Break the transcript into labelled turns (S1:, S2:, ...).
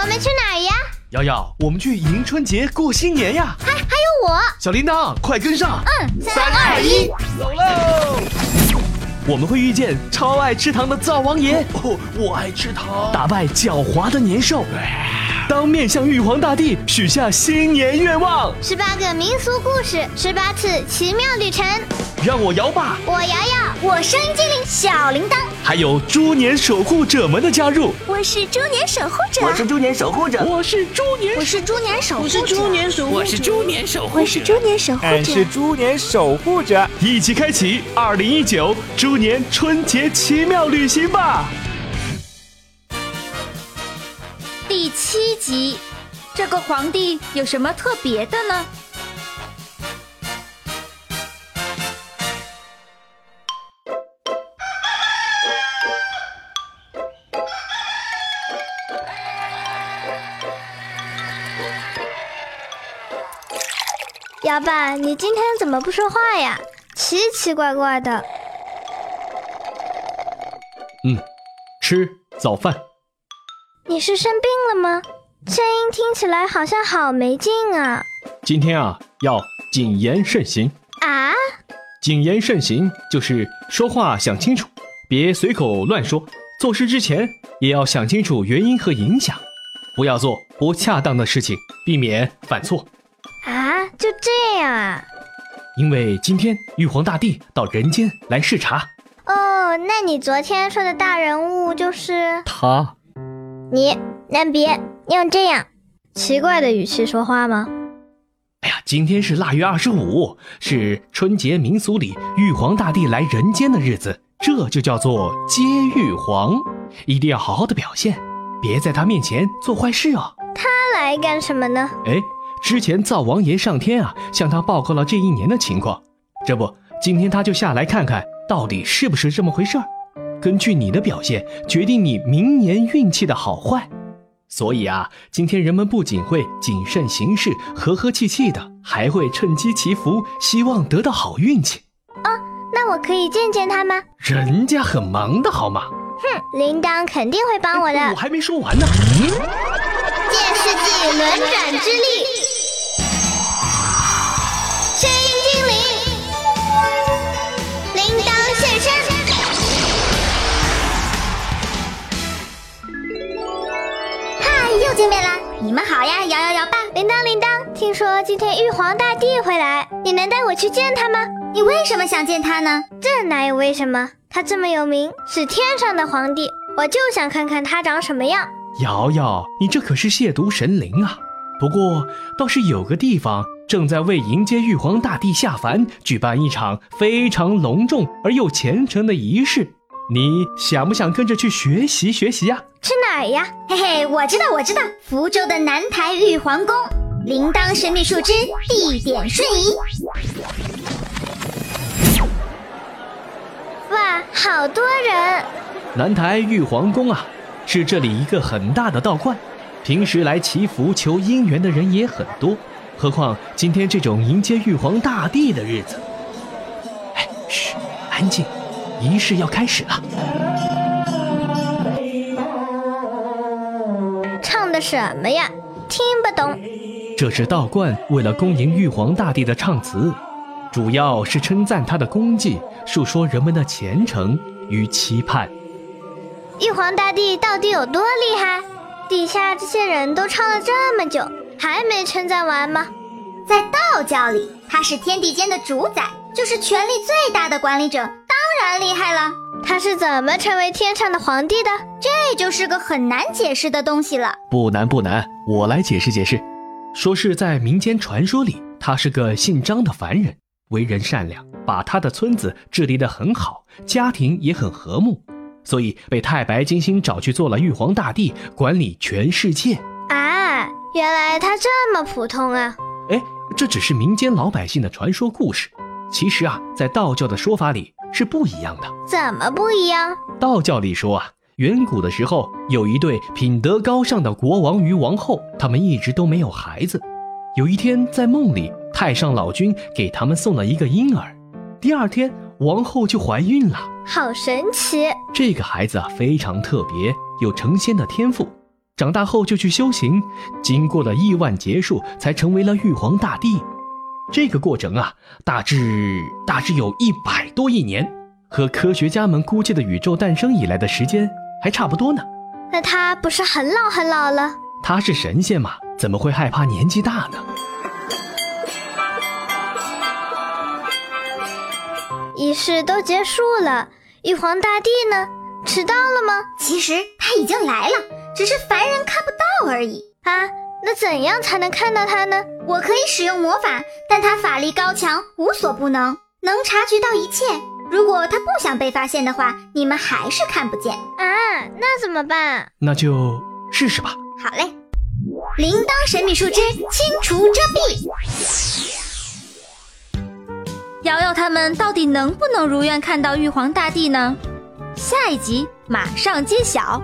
S1: 我们去哪儿呀？
S2: 瑶瑶，我们去迎春节过新年呀！
S1: 还还有我，
S2: 小铃铛，快跟上！
S1: 嗯，三二一，
S2: 走喽！我们会遇见超爱吃糖的灶王爷，
S3: 哦，我爱吃糖。
S2: 打败狡猾的年兽，当面向玉皇大帝许下新年愿望。
S1: 十八个民俗故事，十八次奇妙旅程。
S2: 让我摇吧！
S1: 我瑶瑶，我声音精灵小铃铛，
S2: 还有猪年守护者们的加入，
S1: 我是猪年守护者，
S3: 我是猪年守护者，
S2: 我是猪年
S1: 我是猪年守护者，哎我是猪年守护
S4: 我是猪年守护者，
S1: 年守护
S5: 俺是猪年守护者。
S2: 一起开启二零一九猪年春节奇妙旅行吧！
S6: 第七集，这个皇帝有什么特别的呢？
S1: 摇爸，你今天怎么不说话呀？奇奇怪怪的。
S2: 吃早饭，
S1: 你是生病了吗？声音听起来好像好没劲啊！
S2: 今天啊要谨言慎行。
S1: 啊，
S2: 谨言慎行就是说话想清楚，别随口乱说。做事之前也要想清楚原因和影响，不要做不恰当的事情，避免犯错。
S1: 啊，就这样啊？
S2: 因为今天玉皇大帝到人间来视察，
S1: 哦，那你昨天说的大人物就是
S2: 他
S1: 你？南别用这样奇怪的语气说话吗？
S2: 哎呀，今天是腊月二十五，是春节民俗里玉皇大帝来人间的日子，这就叫做接玉皇，一定要好好的表现，别在他面前做坏事哦。
S1: 他来干什么呢？
S2: 哎，之前灶王爷上天啊，向他报告了这一年的情况，这不，今天他就下来看看到底是不是这么回事儿。根据你的表现，决定你明年运气的好坏。所以啊，今天人们不仅会谨慎行事、和和气气的，还会趁机祈福，希望得到好运气。
S1: 那我可以见见他吗？
S2: 人家很忙的好吗？哦
S1: 哼，铃铛肯定会帮我的。嗯
S2: 我还没说完呢。
S1: 借世纪轮转之力，声音精灵，铃铛现身。嗨，又见面啦！你们好呀，摇摇摇吧！铃铛铃铛，听说今天玉皇大帝会来，你能带我去见他吗？你为什么想见他呢？这哪有为什么？他这么有名，是天上的皇帝，我就想看看他长什么样。
S2: 瑶瑶，你这可是亵渎神灵啊！不过倒是有个地方正在为迎接玉皇大帝下凡举办一场非常隆重而又虔诚的仪式，你想不想跟着去学习学习啊呀、
S1: 去哪儿呀？嘿嘿，我知道，我知道，福州的南台玉皇宫，铃铛神秘树枝，地点瞬移。哇，好多人！
S2: 南台玉皇宫啊，是这里一个很大的道观，平时来祈福求姻缘的人也很多，何况今天这种迎接玉皇大帝的日子。哎，嘘，安静，仪式要开始了。
S1: 唱的什么呀？听不懂。
S2: 这是道观为了恭迎玉皇大帝的唱词，主要是称赞他的功绩，述说人们的虔诚与期盼。
S1: 玉皇大帝到底有多厉害？底下这些人都唱了这么久，还没称赞完吗？
S7: 在道教里，他是天地间的主宰，就是权力最大的管理者，当然厉害了。
S1: 他是怎么成为天上的皇帝的？
S7: 这就是个很难解释的东西了。
S2: 不难不难，我来解释解释。说是在民间传说里，他是个姓张的凡人，为人善良，把他的村子治理得很好，家庭也很和睦，所以被太白金星找去做了玉皇大帝，管理全世界。
S1: 啊，原来他这么普通啊！
S2: 哎，这只是民间老百姓的传说故事。其实啊，在道教的说法里是不一样的。
S1: 怎么不一样？
S2: 道教里说啊，远古的时候有一对品德高尚的国王与王后，他们一直都没有孩子。有一天在梦里，太上老君给他们送了一个婴儿，第二天王后就怀孕了。
S1: 好神奇！
S2: 这个孩子啊非常特别，有成仙的天赋。长大后就去修行，经过了亿万劫数，才成为了玉皇大帝。这个过程啊，大致大致有一百多亿年，和科学家们估计的宇宙诞生以来的时间还差不多呢。
S1: 那他不是很老很老了？
S2: 他是神仙嘛，怎么会害怕年纪大呢？
S1: 仪式都结束了，玉皇大帝呢？迟到了吗？
S7: 其实他已经来了，只是凡人看不到而已。
S1: 啊，那怎样才能看到他呢？
S7: 我可以使用魔法，但他法力高强，无所不能，能察觉到一切。如果他不想被发现的话，你们还是看不见。
S1: 啊，那怎么办？
S2: 那就试试吧。
S7: 好嘞，铃铛神秘树枝清除遮蔽。
S6: 瑶瑶他们到底能不能如愿看到玉皇大帝呢？下一集马上揭晓。